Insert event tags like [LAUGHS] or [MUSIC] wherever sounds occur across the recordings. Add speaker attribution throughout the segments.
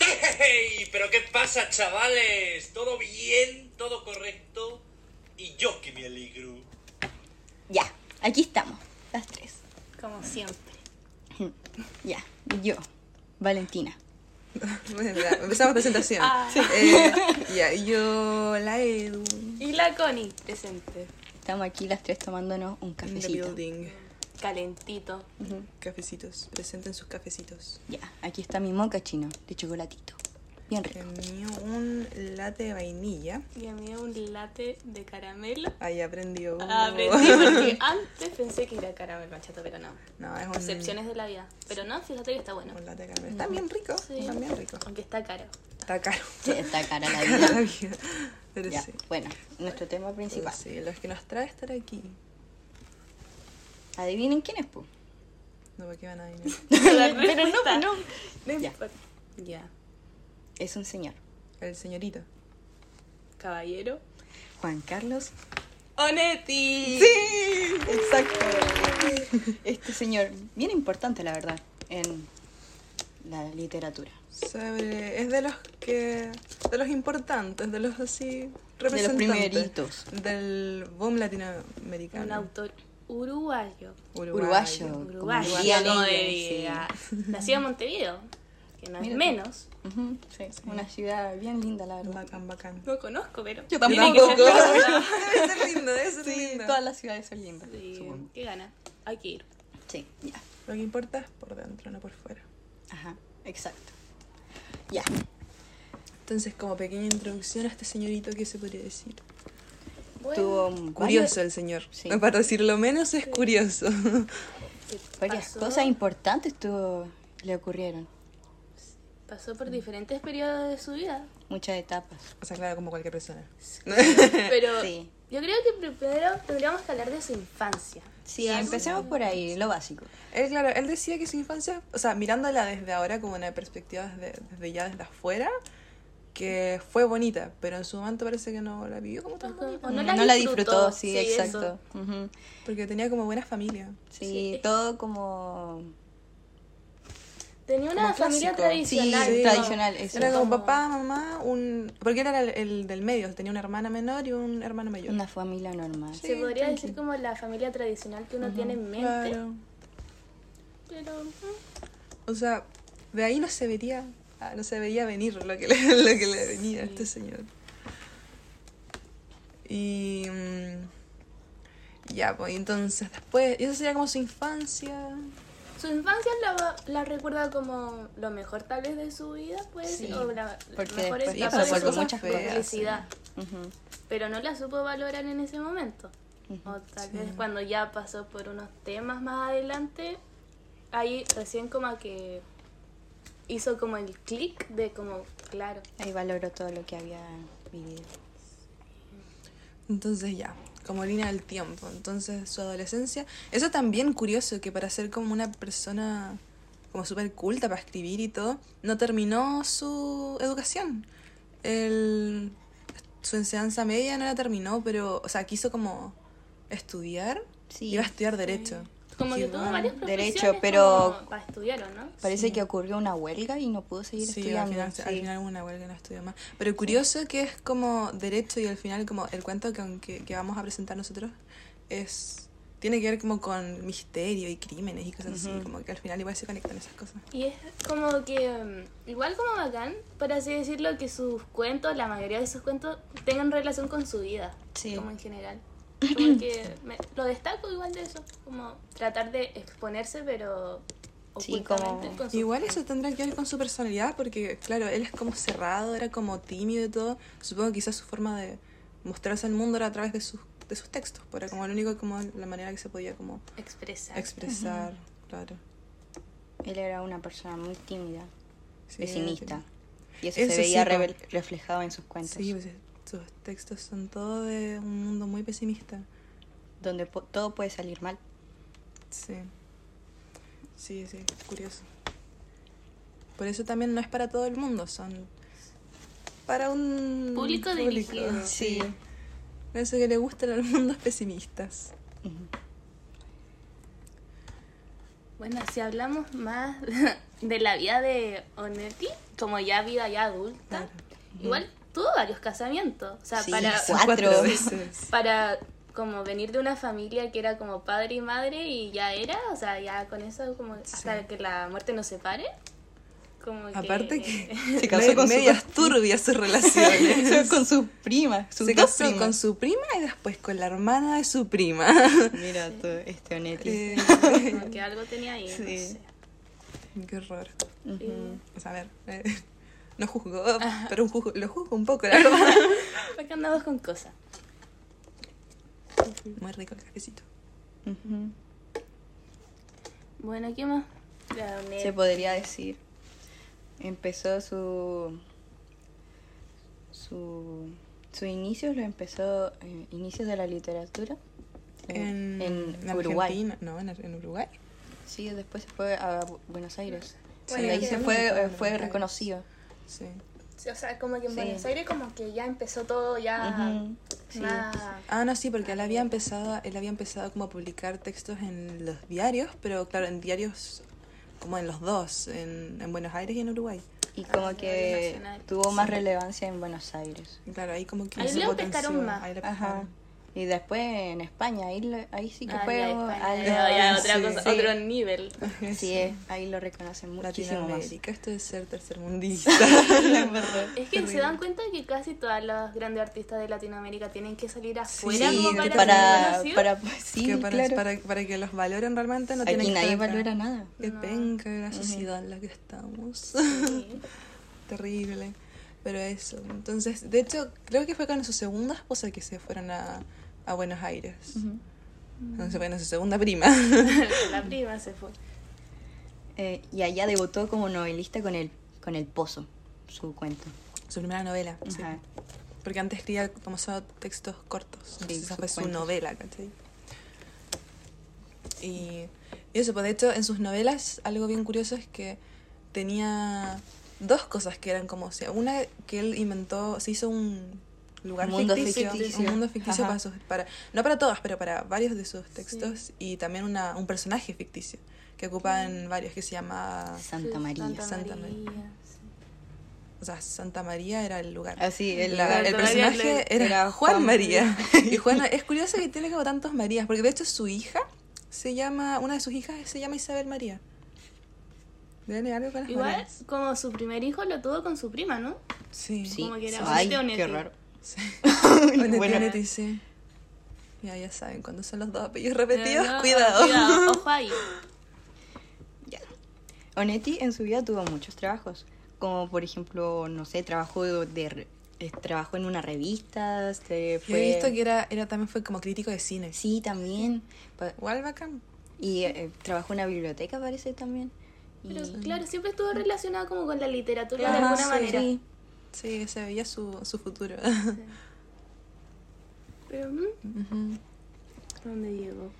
Speaker 1: ¡Ey! ¿Pero qué pasa, chavales? ¿Todo bien? ¿Todo correcto? Y yo que me alegro.
Speaker 2: Ya, aquí estamos, las tres.
Speaker 3: Como siempre.
Speaker 2: [LAUGHS] Ya, yo, Valentina.
Speaker 4: Bueno, ya, empezamos presentación.
Speaker 3: Ah.
Speaker 4: Eh, ya, yo, la Edu.
Speaker 3: Y la Connie, presente.
Speaker 2: Estamos aquí las tres tomándonos un
Speaker 4: in the
Speaker 2: cafecito.
Speaker 4: building.
Speaker 3: Calentito.
Speaker 4: Cafecitos. Presenten sus cafecitos.
Speaker 2: Ya, aquí está mi moca chino de chocolatito. Bien
Speaker 4: El
Speaker 2: rico.
Speaker 4: mío, un latte de vainilla.
Speaker 3: Y a mí un latte de caramelo.
Speaker 4: Ahí aprendió.
Speaker 3: Ah,
Speaker 2: Oh.
Speaker 3: Aprendí porque antes pensé que era caramelo machato, pero no.
Speaker 4: [LAUGHS]
Speaker 2: Mm.
Speaker 4: No, es un.
Speaker 3: Excepciones de la vida. Pero no, fíjate que está bueno.
Speaker 4: Un latte de caramelo. Está bien rico.
Speaker 3: Sí.
Speaker 4: Está bien rico.
Speaker 3: Aunque
Speaker 2: [LAUGHS]
Speaker 3: está caro.
Speaker 4: Está caro.
Speaker 2: [LAUGHS] Sí, está cara la
Speaker 4: Cara
Speaker 2: vida.
Speaker 4: la vida. Pero
Speaker 2: Ya,
Speaker 4: sí.
Speaker 2: bueno, nuestro tema principal.
Speaker 4: Sí, los que nos trae estar aquí.
Speaker 2: Adivinen quién es, pues. pu.
Speaker 4: No, porque van a venir.
Speaker 3: pero
Speaker 2: no,
Speaker 3: no.
Speaker 2: Ya,
Speaker 3: Ya.
Speaker 2: es un señor.
Speaker 4: El señorito.
Speaker 3: Caballero.
Speaker 2: Juan [LAUGHS] Carlos.
Speaker 3: Onetti.
Speaker 4: Sí, exacto.
Speaker 2: Este señor, bien importante, la verdad, en la literatura.
Speaker 4: Sobre, es de los que. de los importantes, de los así.
Speaker 2: los
Speaker 4: representantes.
Speaker 2: primeritos.
Speaker 4: Del boom
Speaker 3: Un
Speaker 4: latinoamericano.
Speaker 3: autor uruguayo.
Speaker 2: Uruguayo. como
Speaker 3: Uruguayo.
Speaker 2: diría
Speaker 3: como
Speaker 2: Leyen,
Speaker 3: diría. Nacido en Montevideo. Que no es
Speaker 2: Mira tú.
Speaker 3: menos.
Speaker 2: Ujú, sí, una ciudad bien linda, la verdad.
Speaker 4: Bacán, bacán.
Speaker 3: No conozco, pero.
Speaker 2: Yo
Speaker 3: tiene
Speaker 2: tampoco.
Speaker 3: que ser famosa.
Speaker 4: [LAUGHS] Debe ser lindo, debe ser lindo.
Speaker 2: Todas las ciudades son lindas.
Speaker 3: Sí,
Speaker 2: supongo.
Speaker 3: ¿Qué gana? Hay que ir.
Speaker 2: Sí, ya.
Speaker 4: Lo que importa es por dentro, no por fuera.
Speaker 2: Ajá, exacto. Ya.
Speaker 4: Entonces, como pequeña introducción a este señorito, ¿qué se podría decir?
Speaker 2: Tuvo un-
Speaker 4: Curioso el señor.
Speaker 2: Sí.
Speaker 4: [LAUGHS] Para decir lo menos, es curioso. [LAUGHS]
Speaker 2: Varias
Speaker 3: Pasó-
Speaker 2: cosas importantes tuvo, le ocurrieron.
Speaker 3: Pasó por diferentes periodos de su
Speaker 2: [LAUGHS]
Speaker 3: vida.
Speaker 2: Muchas etapas.
Speaker 4: o sea, claro, como cualquier persona.
Speaker 3: Pero
Speaker 2: Sí.
Speaker 3: yo creo que primero tendríamos que hablar de su infancia.
Speaker 2: Sí, empecemos por ahí, lo básico.
Speaker 4: Él, Eh, claro, él decía que su infancia, o sea, mirándola desde ahora como una perspectiva desde, desde ya desde afuera, que fue bonita, pero en su momento parece que no la vivió como tan bonita.
Speaker 3: O no la disfrutó,
Speaker 2: sí,
Speaker 3: sí,
Speaker 2: exacto. Ujú.
Speaker 4: Porque tenía como buena familia.
Speaker 2: Sí,
Speaker 3: Sí.
Speaker 2: todo como...
Speaker 3: Tenía una
Speaker 4: Como
Speaker 3: familia
Speaker 4: clásico.
Speaker 3: tradicional.
Speaker 2: Sí,
Speaker 3: ¿no?
Speaker 2: tradicional, eso.
Speaker 4: Era como
Speaker 3: Como-
Speaker 4: papá, mamá, un... Porque él era el, el del medio, tenía una hermana menor y un hermano mayor.
Speaker 2: Una familia normal.
Speaker 4: Sí.
Speaker 3: Se podría
Speaker 4: tranqui.
Speaker 3: decir como la familia tradicional que uno tiene en mente.
Speaker 4: Claro.
Speaker 3: Pero mm,
Speaker 4: O sea, de ahí no se vería, ah, no se veía venir lo que le, [LAUGHS] lo que le venía a este señor. Y mm, ya, pues entonces después, y eso sería como su infancia.
Speaker 3: su infancia la, la recuerda como lo mejor tal vez de su vida, pues,
Speaker 2: Sí,
Speaker 3: o la
Speaker 2: porque
Speaker 3: mejor
Speaker 2: después
Speaker 3: etapa
Speaker 2: pasó
Speaker 3: de
Speaker 2: por
Speaker 3: su
Speaker 2: muchas cosas.
Speaker 3: felicidad.
Speaker 2: Ujú.
Speaker 3: Pero no la supo valorar en ese momento. O tal vez cuando ya pasó por unos temas más adelante, ahí recién como que hizo como el clic de como, claro,
Speaker 2: Ahí valoró todo lo que había vivido.
Speaker 4: Entonces ya, como línea del tiempo. Entonces su adolescencia. Eso también curioso, que para ser como una persona como súper culta para escribir y todo, no terminó su educación. El- su enseñanza media no la terminó, pero, o sea, quiso como estudiar.
Speaker 2: Sí.
Speaker 4: Iba a estudiar derecho.
Speaker 3: como
Speaker 4: Sí,
Speaker 3: que tuvo
Speaker 4: bueno,
Speaker 3: varias
Speaker 2: derecho,
Speaker 3: profesiones
Speaker 2: pero-
Speaker 3: como para estudiar, ¿o ¿no?
Speaker 2: Parece que ocurrió una huelga y no pudo seguir
Speaker 4: Sí, al
Speaker 2: estudiando.
Speaker 4: final,
Speaker 2: sí.
Speaker 4: al final hubo una huelga y no estudió más. Pero curioso que es como derecho y al final como el cuento que, que, que vamos a presentar nosotros es tiene que ver como con misterio y crímenes y cosas así, como que al final igual se conectan esas cosas.
Speaker 3: Y es como que, mm, igual como bacán, por así decirlo, que sus cuentos, la mayoría de sus cuentos, tengan relación con su vida,
Speaker 2: Sí.
Speaker 3: como en general.
Speaker 2: [CLEARS THROAT]
Speaker 3: Como que me- lo destaco igual de eso, como tratar de exponerse, pero
Speaker 2: Sí,
Speaker 3: ocultamente
Speaker 2: como-
Speaker 3: con sus
Speaker 4: Igual eso tendrá que ver con su personalidad porque claro, él es como cerrado, era como tímido y todo. Supongo que quizás su forma de mostrarse al mundo era a través de sus de sus textos, pero como lo único como la manera que se podía como
Speaker 3: expresar.
Speaker 4: expresar, claro.
Speaker 2: Él era una persona muy tímida,
Speaker 4: Sí, era
Speaker 2: pesimista.
Speaker 4: tímido.
Speaker 2: Y eso,
Speaker 4: Eso
Speaker 2: se
Speaker 4: sí,
Speaker 2: veía
Speaker 4: como-
Speaker 2: revel- reflejado en sus cuentos.
Speaker 4: Sí, pues, sus textos son todo de un mundo muy pesimista.
Speaker 2: Donde po- todo puede salir mal.
Speaker 4: Sí. Sí, sí, curioso. Por eso también no es para todo el mundo, son para un
Speaker 3: Público dirigido.
Speaker 4: Sí. Eso que le gustan a los mundos pesimistas.
Speaker 3: Bueno, si hablamos más [LAUGHS] de la vida de Onetti, como ya vida ya adulta,
Speaker 4: Claro.
Speaker 3: igual tuvo varios casamientos. O sea,
Speaker 2: Sí,
Speaker 3: para,
Speaker 2: sí. Cuatro.
Speaker 4: veces.
Speaker 3: para como venir de una familia que era como padre y madre y ya era, o sea, ya con eso como hasta
Speaker 4: Sí.
Speaker 3: que la muerte nos separe. Como
Speaker 4: Aparte que
Speaker 2: [LAUGHS] Se casó con su-
Speaker 4: medias turbias sus
Speaker 2: [LAUGHS]
Speaker 4: relaciones. [LAUGHS]
Speaker 2: con sus primas, sus
Speaker 4: Se
Speaker 2: dos
Speaker 4: casó
Speaker 2: primas.
Speaker 4: con su prima y después con la hermana de su prima.
Speaker 2: Mira tú, este Onetti.
Speaker 4: [LAUGHS] Eh,
Speaker 3: como que algo tenía ahí. no
Speaker 2: Sí.
Speaker 3: sé.
Speaker 4: qué horror.
Speaker 3: Y-
Speaker 4: O sea, a ver, eh, [LAUGHS] no juzgo, pero juzgo- lo juzgo un poco, la verdad.
Speaker 2: [LAUGHS]
Speaker 3: ¿Para qué andamos con cosas?
Speaker 4: Muy rico el cafecito.
Speaker 2: Ujú.
Speaker 3: Bueno, ¿qué más? La Onet-
Speaker 2: Se podría decir. Empezó su. Su. Su inicio lo empezó. eh, inicios de la literatura. eh,
Speaker 4: En, en
Speaker 2: Uruguay.
Speaker 4: Argentina- No, en, en Uruguay.
Speaker 2: Sí, después se fue a Bu- Buenos Aires.
Speaker 4: Sí,
Speaker 2: y ahí se
Speaker 4: también
Speaker 2: fue,
Speaker 4: se fue a
Speaker 2: eh,
Speaker 4: Buenos
Speaker 2: fue
Speaker 4: Aires.
Speaker 2: reconocido.
Speaker 4: Sí.
Speaker 3: O sea, como que en
Speaker 2: Sí.
Speaker 3: Buenos Aires como que ya empezó todo ya
Speaker 2: Ujú, sí.
Speaker 3: más-
Speaker 4: Ah, no, sí, porque él había empezado, él había empezado como a publicar textos en los diarios, pero claro, en diarios como en los dos, en, en Buenos Aires y en Uruguay.
Speaker 2: Y como
Speaker 3: nivel
Speaker 2: que
Speaker 3: nacional.
Speaker 2: tuvo más relevancia en Buenos Aires.
Speaker 4: Y Claro, ahí como que
Speaker 3: Ahí
Speaker 4: se
Speaker 3: lo
Speaker 4: potenció,
Speaker 3: pescaron más.
Speaker 4: ahí lo
Speaker 2: Ajá.
Speaker 4: pescaron.
Speaker 2: Y después en España, ahí, lo- ahí sí que
Speaker 3: Ah,
Speaker 2: fue
Speaker 3: ya,
Speaker 2: algo-
Speaker 3: España, ya, ya, otra
Speaker 4: sí,
Speaker 3: cosa,
Speaker 2: sí.
Speaker 3: otro nivel.
Speaker 2: Sí, es, ahí lo reconocen muchísimo más.
Speaker 4: Latinoamérica, esto es ser tercermundista.
Speaker 2: [LAUGHS]
Speaker 4: [LAUGHS]
Speaker 3: Es que se dan cuenta que casi todas las grandes artistas de Latinoamérica tienen que salir afuera
Speaker 4: Era
Speaker 2: Sí,
Speaker 3: como
Speaker 2: que
Speaker 3: para,
Speaker 2: para,
Speaker 3: ser
Speaker 2: para, pues, sí,
Speaker 4: que para,
Speaker 2: claro.
Speaker 4: para, para que los valoren realmente no tienen
Speaker 2: Aquí
Speaker 4: que
Speaker 2: nadie
Speaker 4: estar acá.
Speaker 2: valora nada.
Speaker 4: Qué
Speaker 3: No.
Speaker 4: penca la sociedad en la que estamos. [LAUGHS]
Speaker 3: reconocidos.
Speaker 4: Terrible. Pero eso. Entonces, de hecho, creo que fue con su segunda esposa que se fueron a, a Buenos Aires. Entonces, bueno, su segunda prima.
Speaker 3: Sí. La prima se fue.
Speaker 2: Eh, y allá debutó como novelista con el, con el Pozo, su cuento.
Speaker 4: su primera novela. sí.
Speaker 2: Ajá.
Speaker 4: Porque antes escribía como solo textos cortos. Entonces esa
Speaker 2: sus
Speaker 4: fue su
Speaker 2: cuentos.
Speaker 4: novela, ¿cachai? Y, y eso, pues de hecho, en sus novelas, algo bien curioso es que tenía dos cosas que eran como, o sea, una que él inventó, se hizo un lugar
Speaker 2: Mundo
Speaker 4: ficticio,
Speaker 2: ficticio.
Speaker 4: un mundo ficticio
Speaker 2: Ajá.
Speaker 4: para sus, para, no para todas, pero para varios de sus textos y también una, un personaje ficticio que
Speaker 2: Mm.
Speaker 4: ocupan varios que se llama,
Speaker 2: Santa María.
Speaker 3: Santa,
Speaker 4: Santa
Speaker 3: María.
Speaker 4: o sea, Santa María era el lugar.
Speaker 2: Ah, sí, el-
Speaker 4: La-
Speaker 2: el-
Speaker 4: el
Speaker 3: María
Speaker 4: personaje
Speaker 2: le-
Speaker 4: era,
Speaker 2: era
Speaker 4: Juan,
Speaker 2: Juan
Speaker 4: María. [LAUGHS] Y Juan, es curioso que tiene como tantos Marías, porque de hecho su hija se llama, una de sus hijas se llama Isabel María. Dale algo con las
Speaker 3: Igual,
Speaker 4: Marías.
Speaker 3: como su primer hijo lo tuvo con su prima, ¿no?
Speaker 4: Sí.
Speaker 2: Sí.
Speaker 3: Como que era
Speaker 2: Ay,
Speaker 3: Onetti,
Speaker 2: qué
Speaker 3: Onetti.
Speaker 2: raro. [LAUGHS]
Speaker 4: sí.
Speaker 2: Bueno,
Speaker 4: Bueno, tiene- dice. Ya, ya saben, cuando son los dos apellidos repetidos,
Speaker 3: Pero no,
Speaker 4: cuidado.
Speaker 3: cuidado.
Speaker 4: [LAUGHS]
Speaker 3: Ojo ahí.
Speaker 2: Onetti en su vida tuvo muchos trabajos, como por ejemplo, no sé, trabajó de re- eh, trabajó en una revista, se
Speaker 4: Yo
Speaker 2: fue
Speaker 4: he visto que era, era también fue como crítico de cine.
Speaker 2: Sí, también. Pa-
Speaker 4: Igual bacán.
Speaker 2: Y eh, trabajó en una biblioteca, parece también. Y-
Speaker 3: [LAUGHS] Pero claro, siempre estuvo relacionado como con la literatura
Speaker 2: Ajá,
Speaker 3: de alguna
Speaker 2: sí,
Speaker 3: manera.
Speaker 2: sí.
Speaker 4: Sí, se veía su, su futuro.
Speaker 3: Pero, mm,
Speaker 4: [LAUGHS] Ujú.
Speaker 3: ¿dónde llegó?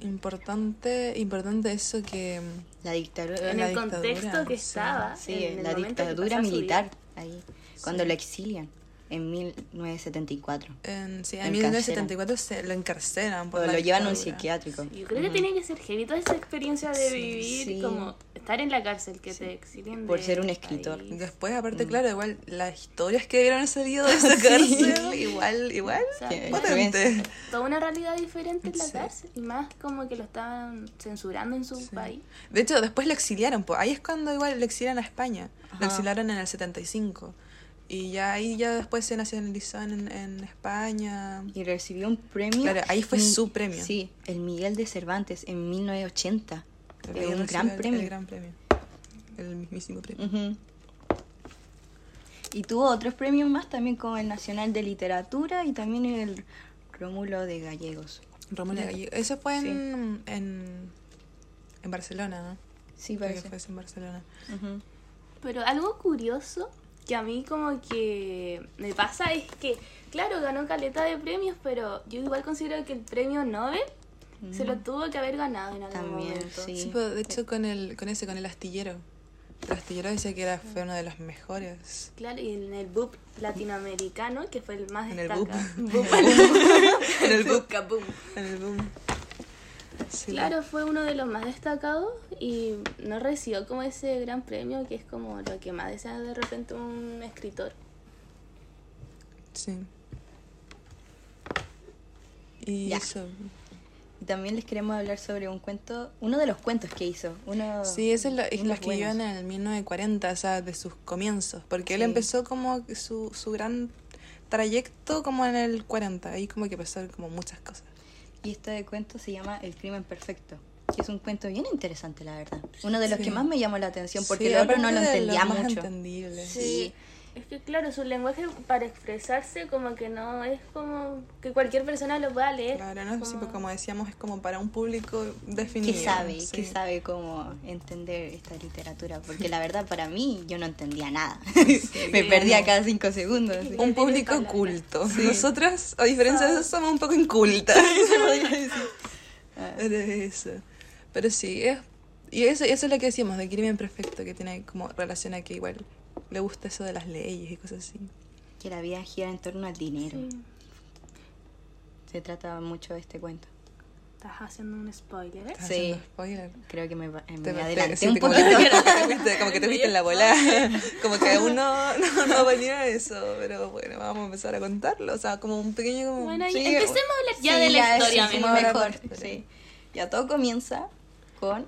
Speaker 4: Importante, importante eso que
Speaker 2: La dictadura.
Speaker 3: En
Speaker 4: la
Speaker 3: el
Speaker 4: dictadura,
Speaker 3: contexto que
Speaker 4: sí.
Speaker 3: estaba.
Speaker 2: Sí,
Speaker 3: en el
Speaker 2: la
Speaker 3: momento que
Speaker 2: dictadura
Speaker 3: pasaba su vida.
Speaker 2: militar, ahí, cuando
Speaker 4: Sí.
Speaker 2: lo exilian, en 1974.
Speaker 4: En, sí, en
Speaker 2: Lo
Speaker 4: 1974 se lo encarcelan.
Speaker 2: O
Speaker 4: Por la
Speaker 2: lo llevan a un
Speaker 4: dictadura.
Speaker 2: psiquiátrico.
Speaker 3: Yo creo que tiene que ser heavy toda esa experiencia de
Speaker 4: Sí,
Speaker 3: vivir,
Speaker 2: sí.
Speaker 3: como estar en la cárcel, que te exilien.
Speaker 2: Por
Speaker 3: de
Speaker 2: ser un
Speaker 3: tu
Speaker 2: escritor.
Speaker 3: país.
Speaker 4: Después,
Speaker 2: Mm.
Speaker 4: aparte, claro, igual las historias que hubieran
Speaker 2: [LAUGHS]
Speaker 4: salido de esa cárcel, igual, igual,
Speaker 3: O sea,
Speaker 2: Que-
Speaker 4: potente.
Speaker 3: Toda una realidad diferente en la
Speaker 4: Sí.
Speaker 3: cárcel y más como que lo estaban censurando en su país.
Speaker 4: De hecho, después lo exiliaron, po. ahí es cuando igual lo exilian a España. Lo
Speaker 2: Ajá.
Speaker 4: exiliaron en el 75. Y ya ahí ya después se nacionalizó en, en España.
Speaker 2: Y recibió un premio.
Speaker 4: Claro, ahí fue
Speaker 2: Mi-
Speaker 4: su premio.
Speaker 2: Sí, el Miguel de Cervantes en 1980.
Speaker 4: Le
Speaker 2: Eh,
Speaker 4: dieron
Speaker 2: un gran
Speaker 4: el-
Speaker 2: premio. Mm.
Speaker 4: El gran premio. El mismísimo premio.
Speaker 2: Ujú. Y tuvo otros premios más también, como el Nacional de Literatura y también el Rómulo de Gallegos.
Speaker 4: Rómulo Gallegos. Eso fue en, en, en Barcelona, ¿no?
Speaker 2: Sí,
Speaker 4: Creo que
Speaker 2: parece.
Speaker 4: fue en Barcelona.
Speaker 2: Ujú.
Speaker 3: Pero algo curioso que a mí como que me pasa es que, claro, ganó caleta de premios, pero yo igual considero que el premio Nobel se lo tuvo que haber ganado en algún
Speaker 2: También,
Speaker 3: momento.
Speaker 2: sí.
Speaker 4: Sí, pero de hecho con el, con ese, con el astillero. El astillero decía que era, fue uno de los mejores.
Speaker 3: Claro, y en el BUP latinoamericano, que fue el más
Speaker 4: En
Speaker 2: [LAUGHS]
Speaker 3: [LAUGHS]
Speaker 4: el
Speaker 3: destacado.
Speaker 4: BUP.
Speaker 3: BUP.
Speaker 4: En el boom.
Speaker 3: Kaboom.
Speaker 4: En el boom. Sí.
Speaker 3: Claro, fue uno de los más destacados y no recibió como ese gran premio que es como lo que más desea de repente un escritor.
Speaker 4: Sí. Y
Speaker 2: Ya.
Speaker 4: eso.
Speaker 2: Y también les queremos hablar sobre un cuento, uno de los cuentos que hizo. Uno,
Speaker 4: Sí, ese es lo, es
Speaker 2: uno
Speaker 4: lo
Speaker 2: de los
Speaker 4: escribió en
Speaker 2: buenos.
Speaker 4: el 1940, o sea, de sus comienzos. Porque él
Speaker 2: Sí.
Speaker 4: empezó como su, su gran trayecto como en el 40. Ahí como que pasaron como muchas cosas.
Speaker 2: Y este cuento se llama El crimen perfecto. que es un cuento bien interesante, la verdad. Uno de los
Speaker 4: Sí.
Speaker 2: que más me llamó la atención porque
Speaker 4: Sí,
Speaker 2: el otro no
Speaker 4: aparte
Speaker 2: lo
Speaker 4: de los
Speaker 2: entendía
Speaker 4: más
Speaker 2: mucho.
Speaker 4: entendibles.
Speaker 2: Sí.
Speaker 3: Es que claro, su lenguaje para expresarse como que no es como que cualquier persona lo pueda leer.
Speaker 4: Claro, ¿no? Sí,
Speaker 3: Como-
Speaker 4: pues como decíamos, es como para un público definido.
Speaker 2: que sabe,
Speaker 4: sí.
Speaker 2: que sabe cómo entender esta literatura, porque la verdad para mí yo no entendía
Speaker 4: [LAUGHS]
Speaker 2: nada. [LAUGHS] me perdía cada cinco segundos. así.
Speaker 4: Un público
Speaker 3: Palabras.
Speaker 4: culto. Nosotras, a diferencia de eso, somos un poco incultas. se podría [LAUGHS] decir. Era eso. Pero sí, es, y eso, eso es lo que decíamos de crimen perfecto, que tiene como relación a que igual le gusta eso de las leyes y cosas así.
Speaker 2: Que la vida gira en torno al dinero.
Speaker 3: Sí.
Speaker 2: Se trata mucho de este cuento.
Speaker 3: Estás haciendo un spoiler.
Speaker 4: Estás
Speaker 2: Sí.
Speaker 4: haciendo spoiler.
Speaker 2: Creo que me, va- eh, me
Speaker 4: Te- te-
Speaker 2: adelanté
Speaker 4: sí,
Speaker 2: un
Speaker 4: te- como,
Speaker 2: poquito.
Speaker 4: [LAUGHS] que- como que te fuiste- como que te fuiste en la bola. [LAUGHS] Como que aún no, no, no venía eso. Pero bueno, vamos a empezar a contarlo. O sea, como un pequeño. Como,
Speaker 3: Bueno, ahí
Speaker 2: Sí,
Speaker 3: empecemos a hablar
Speaker 2: [LAUGHS]
Speaker 3: ya
Speaker 2: sí,
Speaker 3: de la historia.
Speaker 2: sí, sí,
Speaker 3: mejor.
Speaker 4: ahora
Speaker 2: mejor.
Speaker 4: parte.
Speaker 2: sí. Ya todo comienza con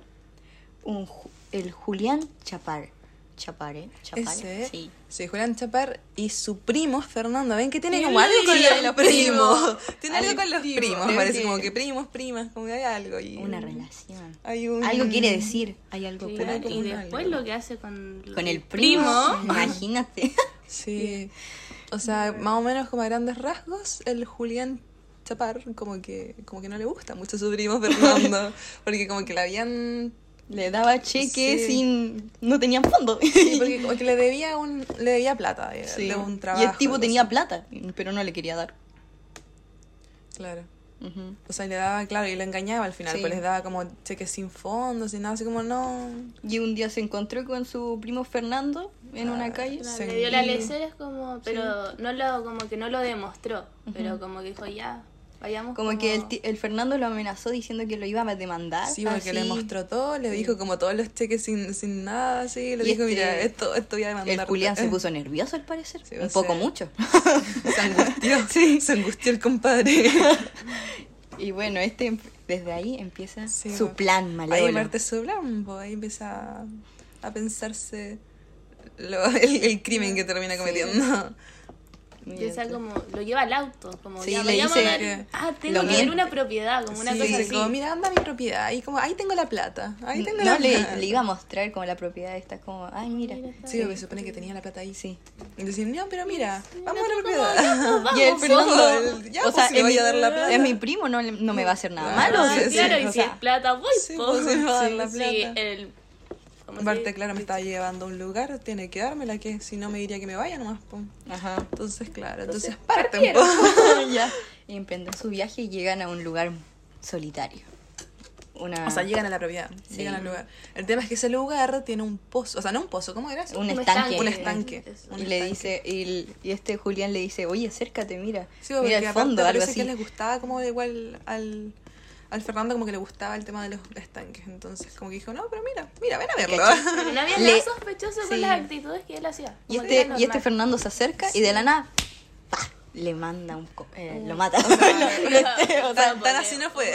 Speaker 2: un, Ju- el Julián Chapar. Chapare, Chapare.
Speaker 4: Ese.
Speaker 2: Sí.
Speaker 4: Sí. Julián Chapar y su primo Fernando. ¿Ven que tiene
Speaker 3: Yo
Speaker 4: como
Speaker 3: le
Speaker 4: algo con
Speaker 3: diría
Speaker 4: los
Speaker 3: al
Speaker 4: primos?
Speaker 2: primo.
Speaker 4: Tiene
Speaker 2: Al
Speaker 4: algo con los
Speaker 2: primo.
Speaker 4: primos.
Speaker 2: Creo
Speaker 4: Parece
Speaker 2: que-
Speaker 4: como que primos, primas, como que hay algo. Y...
Speaker 2: Una relación.
Speaker 4: Mm. Hay un-
Speaker 2: Algo quiere decir, hay algo por
Speaker 3: Claro,
Speaker 2: ahí.
Speaker 3: y
Speaker 4: un
Speaker 3: después
Speaker 4: algo.
Speaker 3: lo que hace con,
Speaker 2: Con el primo,
Speaker 4: [LAUGHS]
Speaker 2: imagínate.
Speaker 4: Sí. O sea, más o menos como a grandes rasgos, el Julián Chapar como que, como que no le gusta mucho a su
Speaker 2: [LAUGHS]
Speaker 4: primo Fernando. porque como que le habían
Speaker 2: Le daba cheque
Speaker 4: Sí.
Speaker 2: sin... No tenían fondo.
Speaker 4: Sí, porque como que le debía un le debía plata
Speaker 2: [LAUGHS]
Speaker 4: de,
Speaker 2: Sí.
Speaker 4: de un trabajo.
Speaker 2: y el tipo
Speaker 4: algo
Speaker 2: tenía
Speaker 4: así.
Speaker 2: plata, pero no le quería dar.
Speaker 4: Claro.
Speaker 2: Ujú.
Speaker 4: O sea, y le daba, claro, y lo engañaba al final,
Speaker 2: Sí.
Speaker 4: pues les daba como cheques sin fondos y nada, así como no.
Speaker 2: Y un día se encontró con su primo Fernando en una calle.
Speaker 3: Claro,
Speaker 4: Sí.
Speaker 3: Le dio la lección, es como, pero no lo, como que no lo demostró, pero como que dijo ya, vayamos.
Speaker 2: Como que el, ti- el Fernando lo amenazó diciendo que lo iba a demandar.
Speaker 4: Sí, porque le
Speaker 2: así.
Speaker 4: mostró todo, le dijo como todos los cheques sin, sin nada, así, le
Speaker 2: Y
Speaker 4: dijo,
Speaker 2: este-
Speaker 4: mira, esto, esto voy a demandar.
Speaker 2: El Julián
Speaker 4: [LAUGHS]
Speaker 2: se puso nervioso al parecer.
Speaker 4: Sí, o
Speaker 2: un poco
Speaker 4: sea. [LAUGHS]
Speaker 2: mucho.
Speaker 4: se [LAUGHS] angustió, se angustió el
Speaker 2: [LAUGHS]
Speaker 4: compadre.
Speaker 2: Y bueno, este em- desde ahí empieza
Speaker 4: Sí,
Speaker 2: su
Speaker 4: bueno.
Speaker 2: plan
Speaker 4: Ahí
Speaker 2: malévolo.
Speaker 4: parte su plan, pues, ahí empieza a, a pensarse lo- [LAUGHS] el, el crimen que termina cometiendo.
Speaker 2: Mira,
Speaker 3: Y o sea, como, lo lleva al auto, como
Speaker 2: Sí,
Speaker 3: ya,
Speaker 2: le
Speaker 3: vayamos
Speaker 2: dice
Speaker 3: a-
Speaker 4: que-
Speaker 3: ah,
Speaker 2: lo
Speaker 3: tengo que ver
Speaker 2: miente.
Speaker 3: una propiedad, como una
Speaker 4: Sí,
Speaker 3: cosa
Speaker 4: sí,
Speaker 3: así.
Speaker 4: como, mira, anda mi propiedad. Y como, ahí tengo la plata. Ahí tengo la
Speaker 2: No,
Speaker 4: plata.
Speaker 2: le, le iba a mostrar como la propiedad esta, como, ay, mira.
Speaker 3: Mira, está
Speaker 4: Sí, porque se supone que tenía la plata ahí.
Speaker 2: Sí.
Speaker 4: Y decir, no, pero mira, vamos a la
Speaker 3: Como,
Speaker 4: propiedad. [LAUGHS]
Speaker 3: vamos,
Speaker 2: Y el
Speaker 3: vamos.
Speaker 2: Fernando, [LAUGHS]
Speaker 4: el- ya, pues, si le
Speaker 2: es
Speaker 4: voy a
Speaker 2: mi-
Speaker 4: dar la plata.
Speaker 2: Es mi primo, no, le- no me va a hacer nada
Speaker 4: Ah,
Speaker 2: malo.
Speaker 3: Ah,
Speaker 4: sí, sí,
Speaker 3: claro,
Speaker 4: o
Speaker 3: y si
Speaker 4: sea,
Speaker 3: es plata, voy,
Speaker 4: sí,
Speaker 3: po.
Speaker 4: pues, se va a dar la
Speaker 3: Sí,
Speaker 4: plata.
Speaker 3: el... ¿cómo se
Speaker 4: Aparte,
Speaker 3: dice?
Speaker 4: claro, me estaba llevando a un lugar, tiene que dármela, que si no me diría que me vaya nomás. po.
Speaker 2: Ajá.
Speaker 4: Entonces, claro, entonces, parten. po.
Speaker 2: [LAUGHS] ya. Y emprenden su viaje y llegan a un lugar solitario. Una,
Speaker 4: [LAUGHS] O sea, llegan a la propiedad,
Speaker 2: Sí.
Speaker 4: llegan al lugar. El tema es que ese lugar tiene un pozo, o sea, no un pozo, ¿cómo era eso?
Speaker 2: un
Speaker 3: un
Speaker 2: estanque.
Speaker 3: estanque.
Speaker 4: Un estanque.
Speaker 3: Eso.
Speaker 4: un
Speaker 2: y le
Speaker 4: estanque.
Speaker 2: dice, y, el- y este Julián le dice, oye, acércate, mira.
Speaker 4: Sí, porque
Speaker 2: mira el
Speaker 4: aparte
Speaker 2: fondo, algo
Speaker 4: parece
Speaker 2: así.
Speaker 4: que les gustaba como igual al, al Fernando como que le gustaba el tema de los estanques. Entonces como que dijo, no, pero mira, mira, ven
Speaker 2: [LAUGHS]
Speaker 4: a verlo.
Speaker 3: Pero No había
Speaker 2: Le-
Speaker 3: nada sospechoso
Speaker 2: sí.
Speaker 3: con las actitudes que él hacía.
Speaker 2: Y
Speaker 3: como que
Speaker 2: este,
Speaker 3: era
Speaker 2: y este
Speaker 3: normal.
Speaker 2: Fernando se acerca y de la nada ¡pa! le manda un... co- eh, lo
Speaker 4: [LAUGHS]
Speaker 2: mata.
Speaker 3: O sea,
Speaker 4: tan, [LAUGHS] tan
Speaker 3: porque-
Speaker 4: así no fue.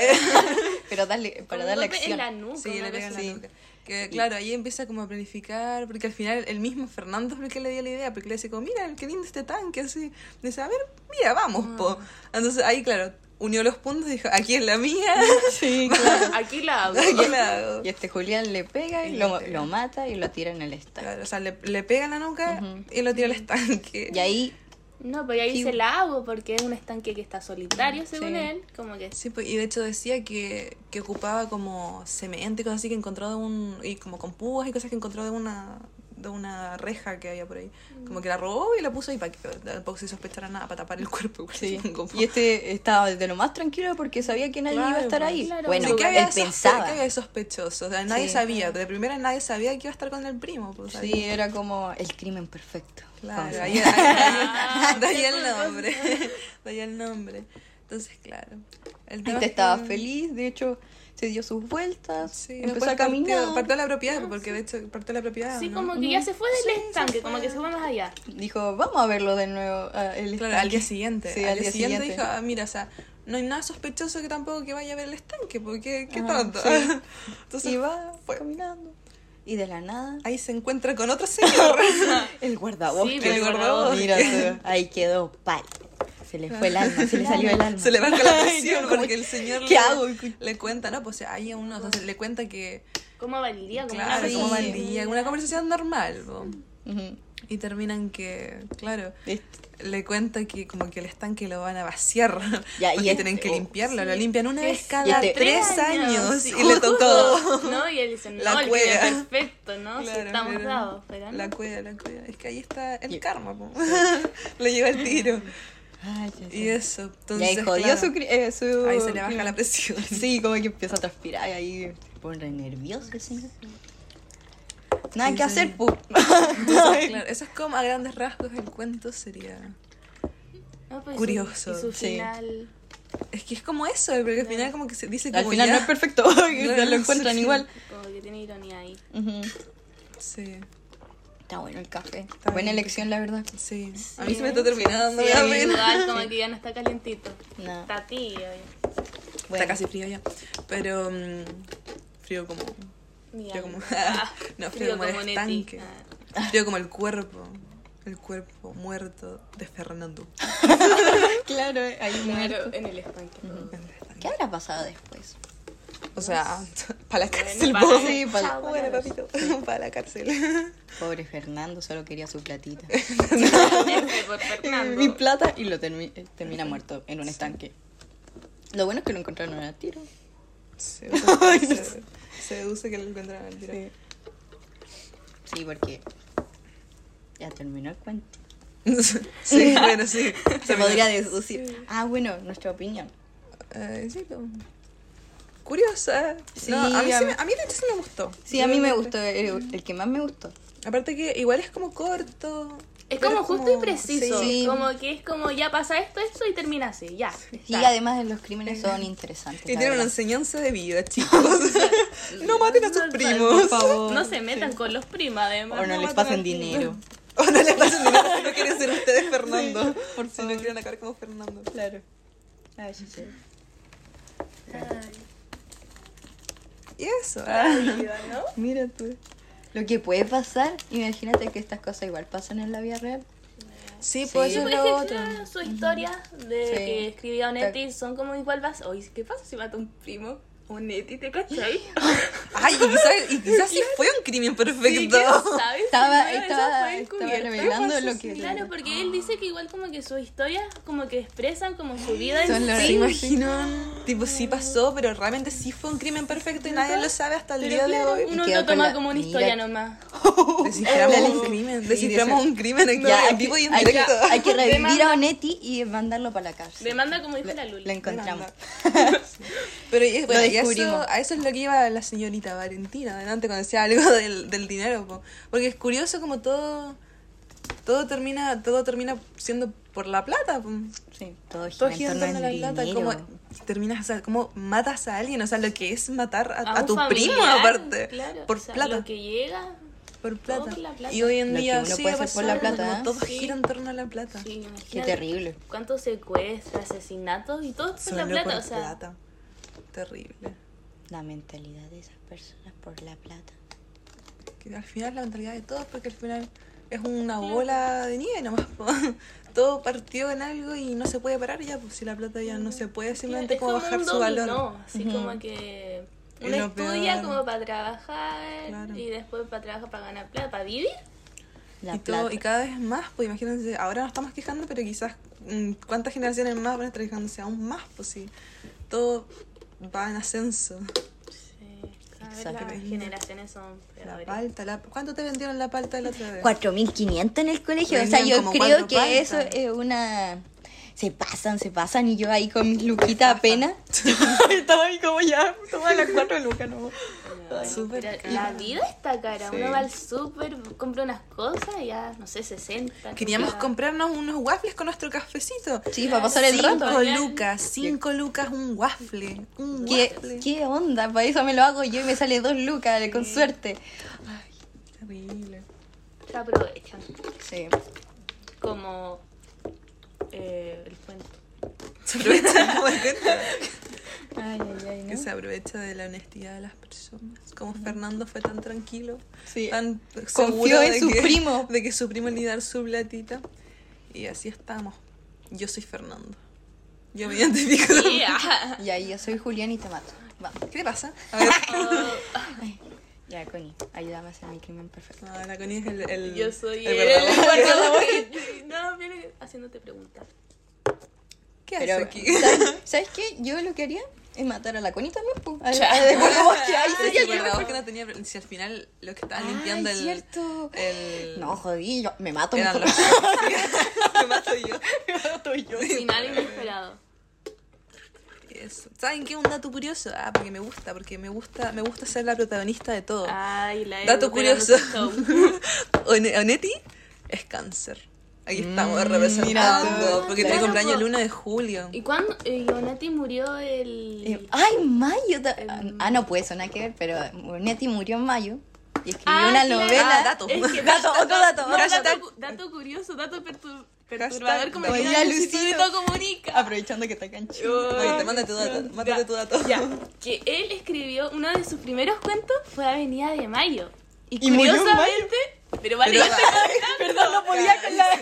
Speaker 2: Pero darle, para
Speaker 3: Como
Speaker 2: darle
Speaker 3: un golpe
Speaker 2: acción.
Speaker 3: En la nuca,
Speaker 4: sí,
Speaker 3: una
Speaker 4: le
Speaker 3: cosa
Speaker 4: pega en la
Speaker 3: así.
Speaker 4: nuca. Que claro, ahí empieza como a planificar, porque al final el mismo Fernando es el que le dio la idea, porque le dice como, mira, qué lindo este tanque, así. Dice, a ver, mira, vamos, po. Entonces ahí, claro, unió los puntos y dijo, aquí es la mía, [LAUGHS]
Speaker 2: Sí,
Speaker 3: Aquí la hago.
Speaker 4: aquí la hago.
Speaker 2: Y este Julián le pega y
Speaker 4: Y
Speaker 2: lo,
Speaker 4: le pega.
Speaker 2: lo mata y lo tira en el estanque.
Speaker 4: Claro, o sea, le, le pega en la nuca y lo tira al estanque.
Speaker 2: Y ahí,
Speaker 3: No, pero ahí
Speaker 2: Sí.
Speaker 3: dice la hago porque es un estanque que está solitario, según
Speaker 2: Sí.
Speaker 3: él. Como que
Speaker 4: Sí, pues, y de hecho decía que, que ocupaba como cemento y cosas así que encontró de un... Y como con púas y cosas que encontró de una, de una reja que había por ahí.
Speaker 2: Mm.
Speaker 4: Como que la robó y la puso ahí para que tampoco se sospechara nada, para tapar el cuerpo. igual, [LAUGHS]
Speaker 2: sí.
Speaker 4: supongo.
Speaker 2: y este estaba de lo más tranquilo porque sabía que nadie
Speaker 4: Claro,
Speaker 2: iba a estar
Speaker 4: pues,
Speaker 2: ahí.
Speaker 3: claro.
Speaker 2: Bueno,
Speaker 4: Sí, que
Speaker 2: él
Speaker 4: había sospe-
Speaker 2: pensaba.
Speaker 4: que había sospechosos. O sea, nadie
Speaker 2: Sí.
Speaker 4: sabía. De primera nadie sabía que iba a estar con el primo. Pues,
Speaker 2: Sí,
Speaker 4: ahí.
Speaker 2: era como el crimen perfecto. [LAUGHS]
Speaker 4: Claro, Ah,
Speaker 2: Como-
Speaker 4: [LAUGHS] ahí, ahí- ahí- de ahí el nombre. De ahí el nombre. Entonces, claro. El tema
Speaker 2: Antes
Speaker 4: es
Speaker 2: estaba
Speaker 4: que-
Speaker 2: feliz, de hecho, se dio sus vueltas,
Speaker 4: Sí, después
Speaker 2: empezó a caminar. Ah,
Speaker 4: Partió, partió a la propiedad, porque de hecho partió a la propiedad.
Speaker 3: Sí,
Speaker 4: ¿no?
Speaker 3: ah, como que ya se fue del
Speaker 4: Sí, se
Speaker 3: estanque,
Speaker 4: fue.
Speaker 3: como que se fue más allá.
Speaker 2: Dijo, vamos a verlo de nuevo. ah, el
Speaker 4: Claro, al
Speaker 2: estanque".
Speaker 4: día siguiente.
Speaker 2: Sí,
Speaker 4: al, día, siguiente, dijo, "Ah, mira, o sea, no hay nada sospechoso que tampoco que vaya a ver el estanque, porque qué
Speaker 2: Ajá,
Speaker 4: tonto.
Speaker 2: Ah, sí.
Speaker 4: [LAUGHS] Entonces
Speaker 2: y va
Speaker 4: fue.
Speaker 2: caminando. Y de la nada,
Speaker 4: ahí se encuentra con otro señor.
Speaker 2: el guardabosque.
Speaker 3: Sí, el guardabosque.
Speaker 2: Mira,
Speaker 4: [LAUGHS]
Speaker 2: tú, ahí quedó pálido. Se le fue el alma, se le [LAUGHS] salió el alma.
Speaker 4: Se le baja la presión
Speaker 2: [LAUGHS] Ay, Dios,
Speaker 4: porque
Speaker 2: ¿cómo-
Speaker 4: el señor
Speaker 2: ¿Qué
Speaker 4: le,
Speaker 2: hago?
Speaker 4: le cuenta, no, pues ahí a uno, o sea, se le cuenta que,
Speaker 3: ¿Cómo va el día? ¿Cómo
Speaker 4: claro,
Speaker 2: una
Speaker 4: como al
Speaker 2: conversación.
Speaker 4: día, una conversación normal. po.
Speaker 2: Ujú.
Speaker 4: Y terminan que, claro,
Speaker 2: Este-
Speaker 4: le cuenta que como que el estanque lo van a vaciar.
Speaker 2: Ya, y
Speaker 4: [LAUGHS] porque
Speaker 2: este-
Speaker 4: tienen que
Speaker 2: oh,
Speaker 4: limpiarlo, lo limpian una vez cada
Speaker 2: y este-
Speaker 4: tres años
Speaker 3: sí,
Speaker 2: [LAUGHS]
Speaker 4: y le tocó.
Speaker 3: justo, ¿No? Y él dice, no,
Speaker 4: La
Speaker 3: el que
Speaker 4: cueva.
Speaker 3: era perfecto, ¿no? Sí,
Speaker 4: Claro,
Speaker 3: estamos
Speaker 4: pero-
Speaker 3: dados, pero no.
Speaker 4: La cueva, la cueva. Es que ahí está el
Speaker 2: Y-
Speaker 4: karma, po. [LAUGHS] le lleva el tiro.
Speaker 2: Ay, ya
Speaker 4: Y
Speaker 2: sé.
Speaker 4: eso,
Speaker 2: Y
Speaker 4: entonces.
Speaker 2: ahí jodió
Speaker 4: claro,
Speaker 2: su, cri- eh, su-
Speaker 4: Ahí se le baja la presión.
Speaker 2: Sí, como que empieza a transpirar y ahí se pone nervioso el señor. Nada
Speaker 4: Sí,
Speaker 2: que hacer,
Speaker 4: sí.
Speaker 2: pu.
Speaker 4: Entonces, claro, [LAUGHS] eso es como a grandes rasgos el cuento sería.
Speaker 3: No, pues, y su-
Speaker 4: Curioso,
Speaker 3: Y su
Speaker 2: sí.
Speaker 3: final.
Speaker 4: Es que es como eso, eh, porque al final como que se dice como
Speaker 2: Al final
Speaker 4: ya-
Speaker 2: no es perfecto, [LAUGHS]
Speaker 4: Claro,
Speaker 2: lo encuentran
Speaker 4: sí.
Speaker 2: igual.
Speaker 3: Como que tiene ironía ahí.
Speaker 2: Ujú.
Speaker 4: Sí,
Speaker 2: Está bueno el café.
Speaker 4: Está
Speaker 2: Buena
Speaker 4: bien.
Speaker 2: elección, la verdad.
Speaker 4: sí. A
Speaker 3: Sí.
Speaker 4: mí se me está terminando
Speaker 3: Sí,
Speaker 4: la pena.
Speaker 3: igual, como que ya no está calientito.
Speaker 2: No.
Speaker 3: Está tío. ya.
Speaker 2: Bueno.
Speaker 4: Está casi frío ya. Pero mm, frío como.
Speaker 3: Mi
Speaker 4: Frío como. [LAUGHS]
Speaker 3: alma.
Speaker 4: no, frío, como, el
Speaker 3: Neti.
Speaker 4: estanque.
Speaker 3: Ah.
Speaker 4: Frío como el cuerpo. El cuerpo muerto de Fernando.
Speaker 2: [LAUGHS] Claro, eh, ahí
Speaker 3: Claro,
Speaker 2: muerto.
Speaker 3: en el estanque.
Speaker 2: ¿Qué habrá pasado después?
Speaker 4: O [LAUGHS] sea, para la cárcel,
Speaker 3: Bueno,
Speaker 4: po.
Speaker 3: para-
Speaker 2: Sí, para-
Speaker 3: chao,
Speaker 4: Bueno,
Speaker 3: para-
Speaker 4: papito, [LAUGHS] para la cárcel.
Speaker 2: Pobre Fernando, solo quería su [LAUGHS] platita.
Speaker 3: F por Fernando.
Speaker 2: Mi plata y lo termi- eh, termina muerto en un estanque. Lo bueno es que lo encontraron a tiro.
Speaker 4: Se, se- se deduce que lo encontraron al tiro.
Speaker 2: Sí, porque ya terminó el cuento.
Speaker 4: [LAUGHS] Sí, bueno, sí.
Speaker 2: Se podría deducir. Ah, bueno, nuestra opinión.
Speaker 4: Eh, sí, lo- Curiosa.
Speaker 2: Sí,
Speaker 4: No, a, mí
Speaker 2: a
Speaker 4: sí
Speaker 2: mí-
Speaker 4: me, a mí de hecho sí me gustó.
Speaker 2: Sí, a mí me gustó, eh, el, el que más me gustó.
Speaker 4: Aparte que igual es como corto.
Speaker 3: Es
Speaker 4: pero
Speaker 3: como justo y preciso.
Speaker 4: sí.
Speaker 2: Sí.
Speaker 3: Como que es como ya pasa esto, esto y termina así. Ya.
Speaker 2: Y
Speaker 3: está.
Speaker 2: además los crímenes son interesantes.
Speaker 4: Y
Speaker 2: la
Speaker 4: tiene una
Speaker 2: verdad.
Speaker 4: enseñanza de vida, chicos. no maten a sus primos.
Speaker 2: Por favor.
Speaker 3: No se metan con los primos, además.
Speaker 2: O
Speaker 3: [LAUGHS]
Speaker 2: no les
Speaker 4: maten
Speaker 2: pasen
Speaker 4: al primo.
Speaker 2: dinero.
Speaker 4: [LAUGHS] O no les pasen dinero si no quieren ser ustedes Fernando.
Speaker 2: por
Speaker 4: si no quieren acabar como Fernando.
Speaker 2: Claro. Ah, sí, sí.
Speaker 4: Y eso. ah.
Speaker 2: Mira tú. Lo que puede pasar, imagínate que estas cosas igual pasan en la vida real.
Speaker 4: Sí,
Speaker 2: Sí.
Speaker 4: pues
Speaker 2: Sí,
Speaker 4: eso
Speaker 3: Por
Speaker 4: es lo otro.
Speaker 3: ejemplo, su historia de
Speaker 2: Sí.
Speaker 3: que escribía Onetti son como igual vas. Oye, ¿qué pasa si mata un primo? Onetti, ¿te
Speaker 2: [LAUGHS]
Speaker 3: cachai?
Speaker 4: Ay, y quizás, y quizás sí fue un crimen perfecto.
Speaker 3: ¿Sabes?
Speaker 2: Estaba,
Speaker 3: Bueno, eso
Speaker 2: estaba,
Speaker 3: fue
Speaker 2: estaba
Speaker 3: encubierto.
Speaker 2: revelando lo que.
Speaker 3: Claro, porque él dice que igual como que sus historias como que expresan como su vida
Speaker 2: Son
Speaker 3: en
Speaker 2: las-
Speaker 4: ¿Se
Speaker 2: Sí.
Speaker 4: imaginan? Tipo, sí pasó, pero realmente sí fue un crimen perfecto y nadie lo sabe hasta el día
Speaker 3: Pero claro,
Speaker 4: de hoy.
Speaker 3: uno
Speaker 2: Y queda
Speaker 3: lo
Speaker 2: con
Speaker 3: toma
Speaker 2: la-
Speaker 3: como una
Speaker 2: mira.
Speaker 3: historia nomás.
Speaker 4: Desciframos
Speaker 2: La
Speaker 4: un
Speaker 2: lista.
Speaker 4: crimen.
Speaker 2: Uh, Sí,
Speaker 4: Desciframos
Speaker 2: de
Speaker 4: un crimen aquí
Speaker 2: Ya,
Speaker 4: en
Speaker 2: hay,
Speaker 4: vivo y en
Speaker 2: hay que,
Speaker 4: directo.
Speaker 2: hay que revivir
Speaker 3: Demanda.
Speaker 2: a Onetti y mandarlo para la cárcel.
Speaker 3: Demanda como dijo
Speaker 2: Lo,
Speaker 3: la
Speaker 2: lo
Speaker 3: Lula.
Speaker 2: encontramos.
Speaker 4: Pero y es- bueno, y
Speaker 2: descubrimos.
Speaker 4: eso, a eso es lo que iba la señorita Valentina adelante cuando decía algo [LAUGHS] del, del dinero. po. Porque es curioso como todo todo termina todo termina siendo por la plata. po.
Speaker 2: [LAUGHS] Sí, todo gira
Speaker 4: Todo
Speaker 2: en
Speaker 4: gira en
Speaker 2: torno
Speaker 4: torno a la
Speaker 2: al
Speaker 4: plata.
Speaker 2: dinero.
Speaker 4: Como terminas, o sea, como matas a alguien. O sea, lo que es matar a,
Speaker 3: A
Speaker 4: a
Speaker 3: un
Speaker 4: tu
Speaker 3: familiar,
Speaker 4: primo aparte.
Speaker 3: claro,
Speaker 4: por
Speaker 3: o sea,
Speaker 4: plata.
Speaker 3: Lo que llega.
Speaker 4: Por
Speaker 3: Todo
Speaker 4: plata.
Speaker 3: por la plata.
Speaker 4: Y hoy en
Speaker 2: Lo que
Speaker 4: día
Speaker 2: uno
Speaker 4: sigue
Speaker 2: puede hacer por
Speaker 4: pasando,
Speaker 2: la plata,
Speaker 4: como
Speaker 2: ¿eh?
Speaker 4: todo
Speaker 3: Sí.
Speaker 4: gira en torno a la plata.
Speaker 3: Sí, imagínate
Speaker 2: Qué terrible.
Speaker 3: ¿Cuántos secuestros, asesinatos y todo por
Speaker 4: Solo
Speaker 3: la plata?
Speaker 4: por
Speaker 3: O sea,
Speaker 4: plata. Terrible.
Speaker 2: La mentalidad de esas personas por la plata.
Speaker 4: Que al final la mentalidad de todos, porque al final es una bola de nieve nomás. po. [LAUGHS] Todo partió en algo y no se puede parar ya, pues si la plata ya no se puede simplemente
Speaker 3: es
Speaker 4: como bajar
Speaker 3: un
Speaker 4: su valor.
Speaker 3: dominó, así como que
Speaker 4: Es
Speaker 3: uno
Speaker 4: lo peor.
Speaker 3: estudia como para trabajar
Speaker 4: Claro.
Speaker 3: y después para trabajar para ganar plata, para vivir.
Speaker 2: La
Speaker 4: y,
Speaker 2: plata.
Speaker 4: todo, y cada vez más, pues imagínense, ahora nos estamos quejando, pero quizás mm, cuántas generaciones más van a estar quejándose aún más, pues si todo va en ascenso.
Speaker 3: Cada vez
Speaker 4: Exacto.
Speaker 3: las generaciones son
Speaker 4: La
Speaker 3: peores.
Speaker 4: palta, la... ¿cuánto te vendieron la palta la otra vez? [LAUGHS]
Speaker 2: 4.500 en el colegio. O sea,
Speaker 4: Vendían
Speaker 2: yo
Speaker 4: como
Speaker 2: creo
Speaker 4: cuatro
Speaker 2: que
Speaker 4: paltas.
Speaker 2: eso es una... Se pasan, se pasan y [LAUGHS] yo ahí con mis luquitas apenas. Estaba ahí como ya, toma las cuatro lucas, no.
Speaker 3: weón.
Speaker 4: Súper
Speaker 3: Pero
Speaker 4: cara.
Speaker 3: La vida está cara.
Speaker 4: Sí.
Speaker 3: Uno va al súper, compra unas cosas y ya, no sé, 60.
Speaker 4: Queríamos
Speaker 3: lucas.
Speaker 4: comprarnos unos waffles con nuestro cafecito.
Speaker 2: Sí, para pasar el rato.
Speaker 4: Cinco lucas, cinco lucas un waffle. Un
Speaker 2: ¿Qué,
Speaker 4: waffle.
Speaker 2: ¿Qué onda? Para eso me lo hago yo y me sale dos lucas, con suerte.
Speaker 4: Terrible.
Speaker 3: Se aprovechan.
Speaker 2: Sí.
Speaker 3: Como eh, el [LAUGHS] cuento.
Speaker 4: Se aprovecha, ¿te das cuenta?
Speaker 2: Ay, ay, ay,
Speaker 4: Que se aprovecha de la honestidad de las personas. Como Fernando fue tan tranquilo,
Speaker 2: Sí.
Speaker 4: tan
Speaker 2: Confió
Speaker 4: seguro
Speaker 2: en
Speaker 4: de
Speaker 2: su
Speaker 4: que-
Speaker 2: primo.
Speaker 4: de que su primo le iba a dar su platita. Y así estamos. Yo soy Fernando. Yo [LAUGHS] me identifico.
Speaker 3: Yeah.
Speaker 2: Y ahí yo soy Julián y te mato. Vamos.
Speaker 4: ¿Qué le pasa? A ver.
Speaker 2: Ya, Connie, ayúdame a hacer mi crimen perfecto.
Speaker 4: [LAUGHS] No, la Connie es el, el-
Speaker 3: Yo soy
Speaker 4: el
Speaker 3: el,
Speaker 4: verdadero.
Speaker 3: guardador que- No, viene haciéndote preguntas.
Speaker 4: [LAUGHS] ¿Qué hace
Speaker 2: Pero,
Speaker 4: [LAUGHS] aquí?
Speaker 2: ¿sabes, ¿sabes qué? Yo lo que haría es matar a la Connie también, pues. A- a- Después, como que ahí
Speaker 4: Ay,
Speaker 2: sería
Speaker 4: el
Speaker 2: el crimen
Speaker 4: guardador
Speaker 2: perfecto.
Speaker 4: que no tenía. Si al final lo que estaban
Speaker 2: Ay,
Speaker 4: limpiando el.
Speaker 2: cierto.
Speaker 4: el-
Speaker 2: No, jodí, yo me mato.
Speaker 4: Eran
Speaker 2: mejor.
Speaker 4: los. [LAUGHS] Me mato yo.
Speaker 2: Me mato yo.
Speaker 3: Final inesperado.
Speaker 4: Eso. ¿Saben qué? Un dato curioso. Ah, porque me gusta, porque me gusta, me gusta ser la protagonista de todo.
Speaker 3: Ay, la
Speaker 4: dato
Speaker 3: Edu
Speaker 4: curioso.
Speaker 3: pegando su show.
Speaker 4: [LAUGHS] One- Onetti es cáncer. Aquí estamos
Speaker 2: mira
Speaker 4: representando.
Speaker 3: tú.
Speaker 4: porque tiene
Speaker 3: Claro,
Speaker 4: cumpleaños el
Speaker 3: po.
Speaker 4: 1 de julio.
Speaker 3: ¿Y cuándo? eh, Ionati murió el.
Speaker 2: Eh, Ay, mayo. ta-
Speaker 3: Em.
Speaker 2: Ah, no puede sonar que ver, pero Monetti murió en mayo y escribió
Speaker 3: Ah,
Speaker 2: una
Speaker 3: claro.
Speaker 2: novela.
Speaker 4: Ah, dato.
Speaker 3: Es
Speaker 2: [LAUGHS]
Speaker 3: que-
Speaker 2: Dato, otro dato.
Speaker 3: No,
Speaker 2: otro dato.
Speaker 3: dato, cu- dato curioso, dato pertur- perturbador como
Speaker 2: Doña
Speaker 3: el del
Speaker 2: Lucita.
Speaker 3: Instituto Comunica.
Speaker 2: [LAUGHS] Aprovechando que está acá en Chile.
Speaker 4: Oye, te mándate tu dato. Mándate tu dato.
Speaker 3: Ya, que él escribió uno de sus primeros cuentos fue Avenida de Mayo. Y,
Speaker 2: Y murió en
Speaker 3: curiosamente, pero vale,
Speaker 4: [LAUGHS] Pero
Speaker 3: yo
Speaker 4: va-
Speaker 3: estoy contando.
Speaker 2: Perdón, no podía con la.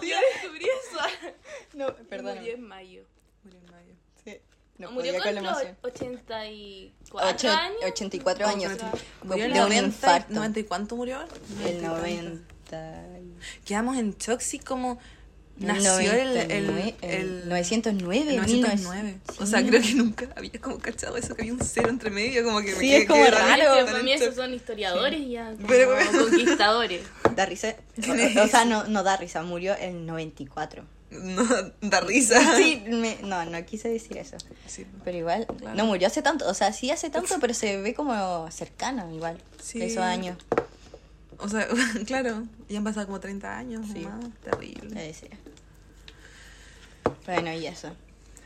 Speaker 3: Yo descubrí eso.
Speaker 2: No,
Speaker 3: Murió
Speaker 2: perdón.
Speaker 3: en mayo.
Speaker 4: Julio en mayo.
Speaker 2: Sí, no
Speaker 3: murió
Speaker 2: podía con la
Speaker 3: con los
Speaker 2: emoción.
Speaker 3: 84
Speaker 2: Ocho-
Speaker 3: años.
Speaker 2: 84 años.
Speaker 4: Murió en
Speaker 2: De un
Speaker 4: 90,
Speaker 2: infarto.
Speaker 4: 90 y cuánto murió?
Speaker 2: El
Speaker 4: 90.
Speaker 2: 90.
Speaker 4: Quedamos en Toxic como nació el, el,
Speaker 2: 99,
Speaker 4: el,
Speaker 2: el 909.
Speaker 4: 909. O sea, creo que nunca había como cachado eso, que había un cero entre medio, como que me
Speaker 2: Sí,
Speaker 4: quedé-
Speaker 2: es como
Speaker 4: quedé
Speaker 2: raro.
Speaker 4: tan en
Speaker 3: Para mí
Speaker 4: shock.
Speaker 3: esos son historiadores ya, como
Speaker 4: Pero-
Speaker 3: conquistadores.
Speaker 2: Da
Speaker 4: [LAUGHS]
Speaker 2: risa.
Speaker 4: ¿Quién
Speaker 2: O, o
Speaker 4: es?
Speaker 2: sea, no, no da risa, murió el
Speaker 4: [LAUGHS]
Speaker 2: 94.
Speaker 4: No, da risa.
Speaker 2: Sí, me- no, no quise decir eso.
Speaker 4: Sí.
Speaker 2: Pero igual,
Speaker 4: Claro.
Speaker 2: no murió hace tanto. O sea, sí hace tanto, pero se ve como cercano igual.
Speaker 4: Sí.
Speaker 2: De esos años.
Speaker 4: O sea, [LAUGHS] claro, ya han pasado como 30 años o
Speaker 2: Sí.
Speaker 4: más. Terrible.
Speaker 2: eh, sí. Bueno, y eso.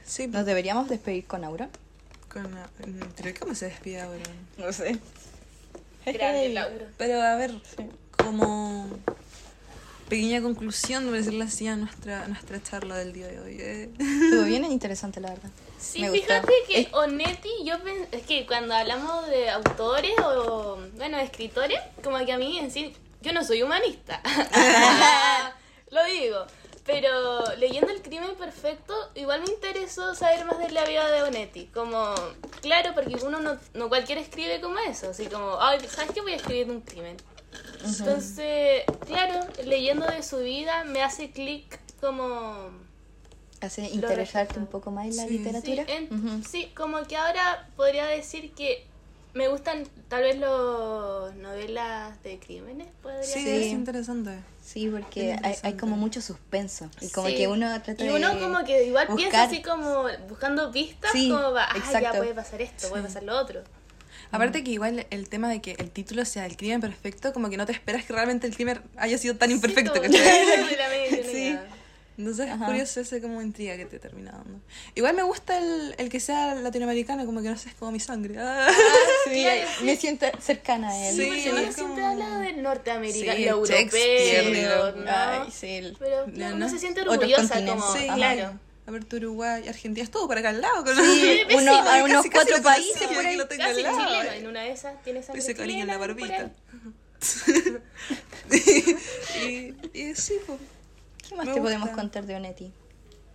Speaker 4: Sí,
Speaker 2: ¿Nos deberíamos despedir con Aura?
Speaker 4: con la- Pero ¿cómo se despide ahora?
Speaker 2: No sé.
Speaker 3: Grande, Laura.
Speaker 4: Pero a ver, como pequeña conclusión, por decirlo así, a nuestra, nuestra charla del día de hoy. eh. [LAUGHS]
Speaker 2: Estuvo bien interesante, la verdad.
Speaker 3: Sí,
Speaker 2: Me gustó.
Speaker 3: fíjate que
Speaker 2: Es-
Speaker 3: Onetti, yo pen- es que cuando hablamos de autores o, bueno, de escritores, como que a mí en sí, yo no
Speaker 2: [LAUGHS]
Speaker 3: soy humanista, [LAUGHS] lo digo, pero leyendo El crimen perfecto, igual me interesó saber más de la vida de Onetti, como, claro, porque uno no, no cualquiera escribe como eso, así como, ay, ¿sabes qué? Voy a escribir de un crimen. Entonces, claro, leyendo de su vida me hace clic como...
Speaker 2: Hace interesarte
Speaker 3: respeto.
Speaker 2: un poco más en la
Speaker 4: Sí.
Speaker 2: literatura. Mm.
Speaker 3: Sí, en-
Speaker 2: Ujú.
Speaker 3: sí, como que ahora podría decir que me gustan tal vez las novelas de crímenes, podría
Speaker 4: Sí,
Speaker 3: ser.
Speaker 4: es interesante.
Speaker 2: Sí,
Speaker 4: Es
Speaker 2: porque hay- hay,
Speaker 4: interesante.
Speaker 2: como mucho suspenso. Y como
Speaker 3: Sí.
Speaker 2: que uno trata
Speaker 3: Y uno
Speaker 2: de
Speaker 3: como que igual
Speaker 2: buscar-
Speaker 3: piensa así como buscando pistas,
Speaker 2: Sí,
Speaker 3: como va, ah, ya
Speaker 2: exacto.
Speaker 3: puede pasar esto, puede pasar lo
Speaker 4: [LAUGHS]
Speaker 3: otro.
Speaker 4: Aparte que igual el tema de que el título sea el crimen perfecto, como que no te esperas que realmente el crimen haya sido tan imperfecto.
Speaker 3: Sí, como-
Speaker 4: ¿cachai?
Speaker 3: [LAUGHS] de la media
Speaker 4: [LAUGHS] Sí. Entonces es curioso ese como intriga que te termina dando. Igual me gusta el, el que sea latinoamericano, como que no sé, es como mi sangre. [LAUGHS] Ah.
Speaker 2: Sí, me siento cercana a él.
Speaker 4: Sí,
Speaker 3: porque uno
Speaker 4: es
Speaker 3: siempre
Speaker 4: como-
Speaker 3: habla de Norteamérica,
Speaker 4: Sí,
Speaker 3: lo europeo,
Speaker 4: Shakespeare,
Speaker 3: ¿no?
Speaker 2: Ay, sí. el-
Speaker 3: Pero
Speaker 4: No,
Speaker 3: claro,
Speaker 4: no.
Speaker 3: uno se siente
Speaker 2: Otros
Speaker 3: orgullosa
Speaker 2: continentes.
Speaker 3: como,
Speaker 4: Sí,
Speaker 3: claro.
Speaker 4: A ver, tu Uruguay, Argentina, estuvo para acá al lado. con-
Speaker 2: Sí,
Speaker 4: [LAUGHS] Vecino,
Speaker 2: uno- a
Speaker 4: casi,
Speaker 2: unos
Speaker 4: casi
Speaker 2: cuatro
Speaker 4: lo tengo
Speaker 2: países
Speaker 4: cerca,
Speaker 2: por
Speaker 4: que
Speaker 2: ahí,
Speaker 4: lo tengo
Speaker 3: Casi
Speaker 4: al lado. eh.
Speaker 3: chileno, en una de esas tiene sangre
Speaker 4: Ese cariño en la
Speaker 3: chilena, por
Speaker 4: barbita.
Speaker 3: ahí. [LAUGHS]
Speaker 4: [LAUGHS] y, y sí, pues,
Speaker 2: ¿Qué más
Speaker 4: Me
Speaker 2: te
Speaker 4: gusta.
Speaker 2: podemos contar de Onetti?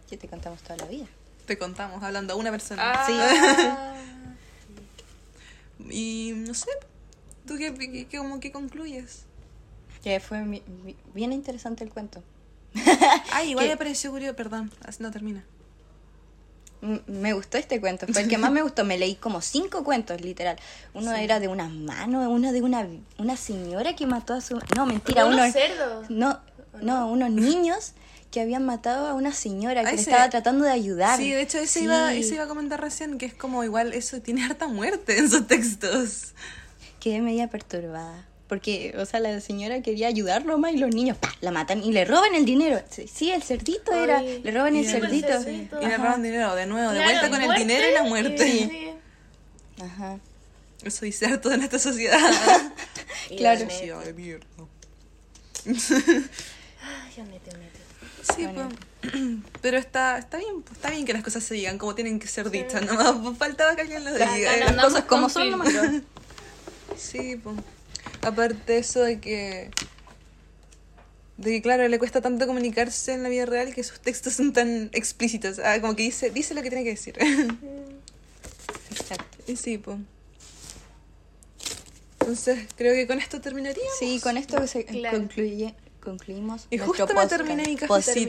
Speaker 2: Que te contamos toda la vida.
Speaker 4: te contamos, hablando a una persona.
Speaker 3: Ah. [LAUGHS]
Speaker 4: Y no sé, ¿tú qué, qué, qué- como que concluyes?
Speaker 2: Que fue mi- mi- bien interesante el cuento.
Speaker 4: Ah,
Speaker 2: [LAUGHS]
Speaker 4: igual
Speaker 2: ¿Qué?
Speaker 4: me pareció curioso, perdón, así no termina.
Speaker 2: M- Me gustó este cuento, fue el que más me gustó. Me leí como cinco cuentos, literal. Uno era de unas manos, uno de una, una señora que mató a su. No, mentira,
Speaker 3: Unos
Speaker 2: uno.
Speaker 3: cerdos.
Speaker 2: No, no, unos niños que habían matado a una señora
Speaker 4: Ah,
Speaker 2: que le
Speaker 4: ese-
Speaker 2: estaba tratando de ayudar.
Speaker 4: Sí, de hecho, eso,
Speaker 2: Sí.
Speaker 4: Iba, eso iba a comentar recién, que es como igual, eso tiene harta muerte en sus textos.
Speaker 2: Quedé media perturbada. Porque, o sea, la señora quería ayudarlo más y los niños ¡pa! la matan y le roban el dinero. Sí, Sí, el cerdito
Speaker 3: Ay,
Speaker 2: era. Le roban el
Speaker 4: sí, el
Speaker 2: cerdito.
Speaker 3: cerdito.
Speaker 4: Y le
Speaker 2: Ajá.
Speaker 4: roban dinero de nuevo, de
Speaker 3: Claro,
Speaker 4: vuelta con el
Speaker 3: muerte
Speaker 4: dinero y la
Speaker 3: y-
Speaker 4: muerte.
Speaker 3: sí.
Speaker 2: Ajá.
Speaker 4: Eso dice harto de nuestra sociedad. [LAUGHS]
Speaker 3: Y
Speaker 2: Claro.
Speaker 3: la
Speaker 4: Sí,
Speaker 3: neta.
Speaker 4: ay, mierda.
Speaker 3: [LAUGHS] Ay, ya neta, neta.
Speaker 4: Sí, pues. [CLEARS THROAT] Pero está, está bien, pues, está bien que las cosas se digan como tienen que ser dichas, nomás [LAUGHS] pues, faltaba que alguien lo
Speaker 3: Claro, no,
Speaker 4: diga.
Speaker 3: no.
Speaker 4: eh.
Speaker 2: Cosas
Speaker 3: Andamos
Speaker 2: como
Speaker 3: con
Speaker 2: son,
Speaker 3: film.
Speaker 2: nomás.
Speaker 4: Sí, pues. Aparte eso de que de que claro, le cuesta tanto comunicarse en la vida real que sus textos son tan explícitos, ah, como que dice dice lo que tiene que decir. [LAUGHS]
Speaker 2: Exacto.
Speaker 4: y sí, pues. Entonces, creo que con esto terminaríamos.
Speaker 2: Sí, con esto se
Speaker 3: Claro.
Speaker 2: concluye, concluimos.
Speaker 4: Y
Speaker 2: nuestro
Speaker 4: justo me
Speaker 2: podcast.
Speaker 4: terminé mi
Speaker 2: Posito.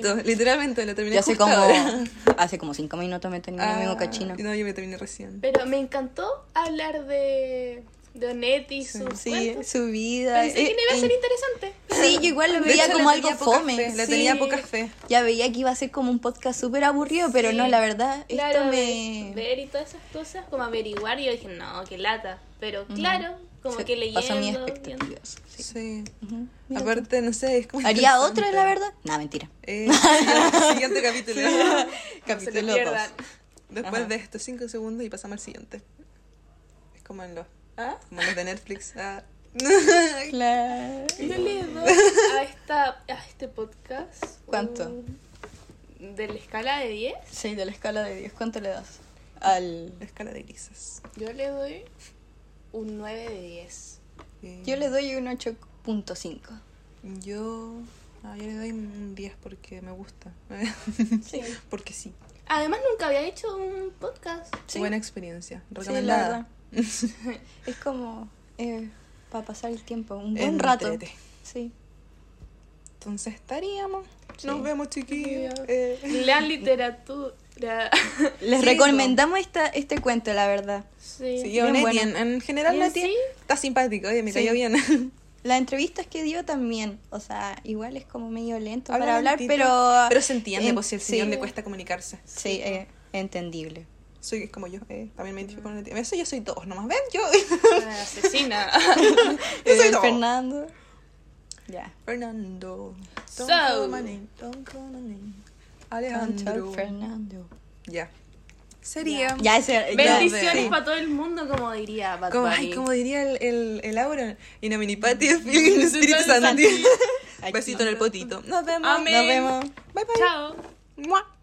Speaker 4: cafecito, literalmente lo terminé
Speaker 2: Yo hace
Speaker 4: justo
Speaker 2: como. [LAUGHS]
Speaker 4: ahora.
Speaker 2: Hace como cinco minutos me terminé mi
Speaker 4: Ah,
Speaker 2: mocachino.
Speaker 4: No, yo me terminé recién.
Speaker 3: Pero me encantó hablar de, de Onetti y sus
Speaker 2: Sí,
Speaker 3: cuentos.
Speaker 2: su vida.
Speaker 3: Pensé que
Speaker 2: eh,
Speaker 3: no iba a
Speaker 2: eh,
Speaker 3: ser interesante.
Speaker 2: Sí, yo igual lo
Speaker 4: De
Speaker 2: veía
Speaker 4: hecho,
Speaker 2: como
Speaker 4: le tenía
Speaker 2: algo
Speaker 4: poca
Speaker 2: fome.
Speaker 4: fe, le
Speaker 2: sí.
Speaker 4: tenía poca fe.
Speaker 2: Ya veía que iba a ser como un podcast súper aburrido, pero
Speaker 3: Sí.
Speaker 2: no, la verdad,
Speaker 3: [LAUGHS] Claro,
Speaker 2: esto
Speaker 3: de
Speaker 2: me.
Speaker 3: ver y todas esas cosas, como averiguar, y yo dije, no, qué lata. Pero claro, como
Speaker 2: se-
Speaker 3: que leyendo.
Speaker 2: Pasó mis
Speaker 3: viendo.
Speaker 2: expectativas.
Speaker 4: Sí.
Speaker 2: Ujú.
Speaker 4: Aparte, no sé, es como
Speaker 2: Haría
Speaker 4: interesante.
Speaker 2: otro, la verdad. No, mentira.
Speaker 4: Eh, [LAUGHS] siguiente- siguiente capítulo.
Speaker 2: Capítulo
Speaker 3: lo pierdan. [LAUGHS]
Speaker 2: dos.
Speaker 4: Después
Speaker 2: Ajá.
Speaker 4: de estos 5 segundos y pasamos al siguiente. Es como en los,
Speaker 3: ¿Ah?
Speaker 4: como en los de Netflix. ah.
Speaker 2: Claro.
Speaker 3: Yo le
Speaker 2: [LAUGHS]
Speaker 3: doy a, esta, a este podcast.
Speaker 2: ¿Cuánto?
Speaker 3: un- de la escala de 10,
Speaker 2: Sí, de la escala de 10, ¿cuánto le das? Al.
Speaker 4: La escala de grises.
Speaker 3: yo le doy un 9 de 10.
Speaker 4: Eh,
Speaker 2: Yo le doy un 8.5.
Speaker 4: Yo, ah, yo le doy un 10 porque me gusta.
Speaker 2: Sí.
Speaker 4: [LAUGHS] porque sí.
Speaker 3: Además, nunca había hecho un podcast.
Speaker 2: Sí.
Speaker 4: Buena experiencia.
Speaker 2: Sí, la verdad.
Speaker 4: Recomendada.
Speaker 2: [LAUGHS] Es como. Eh, para pasar el tiempo, un buen rato.
Speaker 4: Entrete.
Speaker 2: Sí.
Speaker 4: Entonces estaríamos.
Speaker 2: Sí.
Speaker 4: Nos vemos, chiquillos. Eh.
Speaker 3: Lean literatura.
Speaker 2: Les
Speaker 4: Sí,
Speaker 2: recomendamos esta, este cuento, la verdad.
Speaker 3: [LAUGHS] sí.
Speaker 4: Sí,
Speaker 2: Bien
Speaker 4: Onetti,
Speaker 2: buena.
Speaker 4: en, en general
Speaker 3: Bien,
Speaker 4: Neti
Speaker 3: sí.
Speaker 4: está simpático, oye, me
Speaker 2: Sí.
Speaker 4: cayó bien.
Speaker 2: Las entrevistas que dio también, o sea, igual es como medio lento para
Speaker 4: [LAUGHS] Habla
Speaker 2: hablar,
Speaker 4: lentito,
Speaker 2: pero...
Speaker 4: Pero se entiende,
Speaker 2: en-
Speaker 4: pues si al señor
Speaker 2: sí,
Speaker 4: le cuesta comunicarse.
Speaker 2: Sí, eh, entendible.
Speaker 4: Soy como yo, eh, también me identifico con Neti. Eso yo soy todos, nomás ven, yo. [LAUGHS]
Speaker 3: Una asesina.
Speaker 4: Yo soy
Speaker 2: Eh,
Speaker 4: todo.
Speaker 2: Fernando. Ya.
Speaker 4: Fernando.
Speaker 3: So.
Speaker 4: Don't call my name, don't call my name. Alejandro.
Speaker 2: Chao, Fernando.
Speaker 4: Ya. Sería.
Speaker 2: Ya, ese... ya.
Speaker 3: [LAUGHS] Bendiciones
Speaker 2: Sí.
Speaker 3: para todo el mundo, como diría Bad
Speaker 4: Como, ay,
Speaker 3: Bunny.
Speaker 4: como diría el, el, el Aura, in nomini
Speaker 3: [LAUGHS]
Speaker 4: Patri et Filii et Spiritus
Speaker 3: Santi.
Speaker 4: [LAUGHS] Sancti. Besito en el potito. Nos vemos.
Speaker 3: Amén.
Speaker 4: Nos vemos. Bye bye.
Speaker 3: Chao.
Speaker 4: Mua.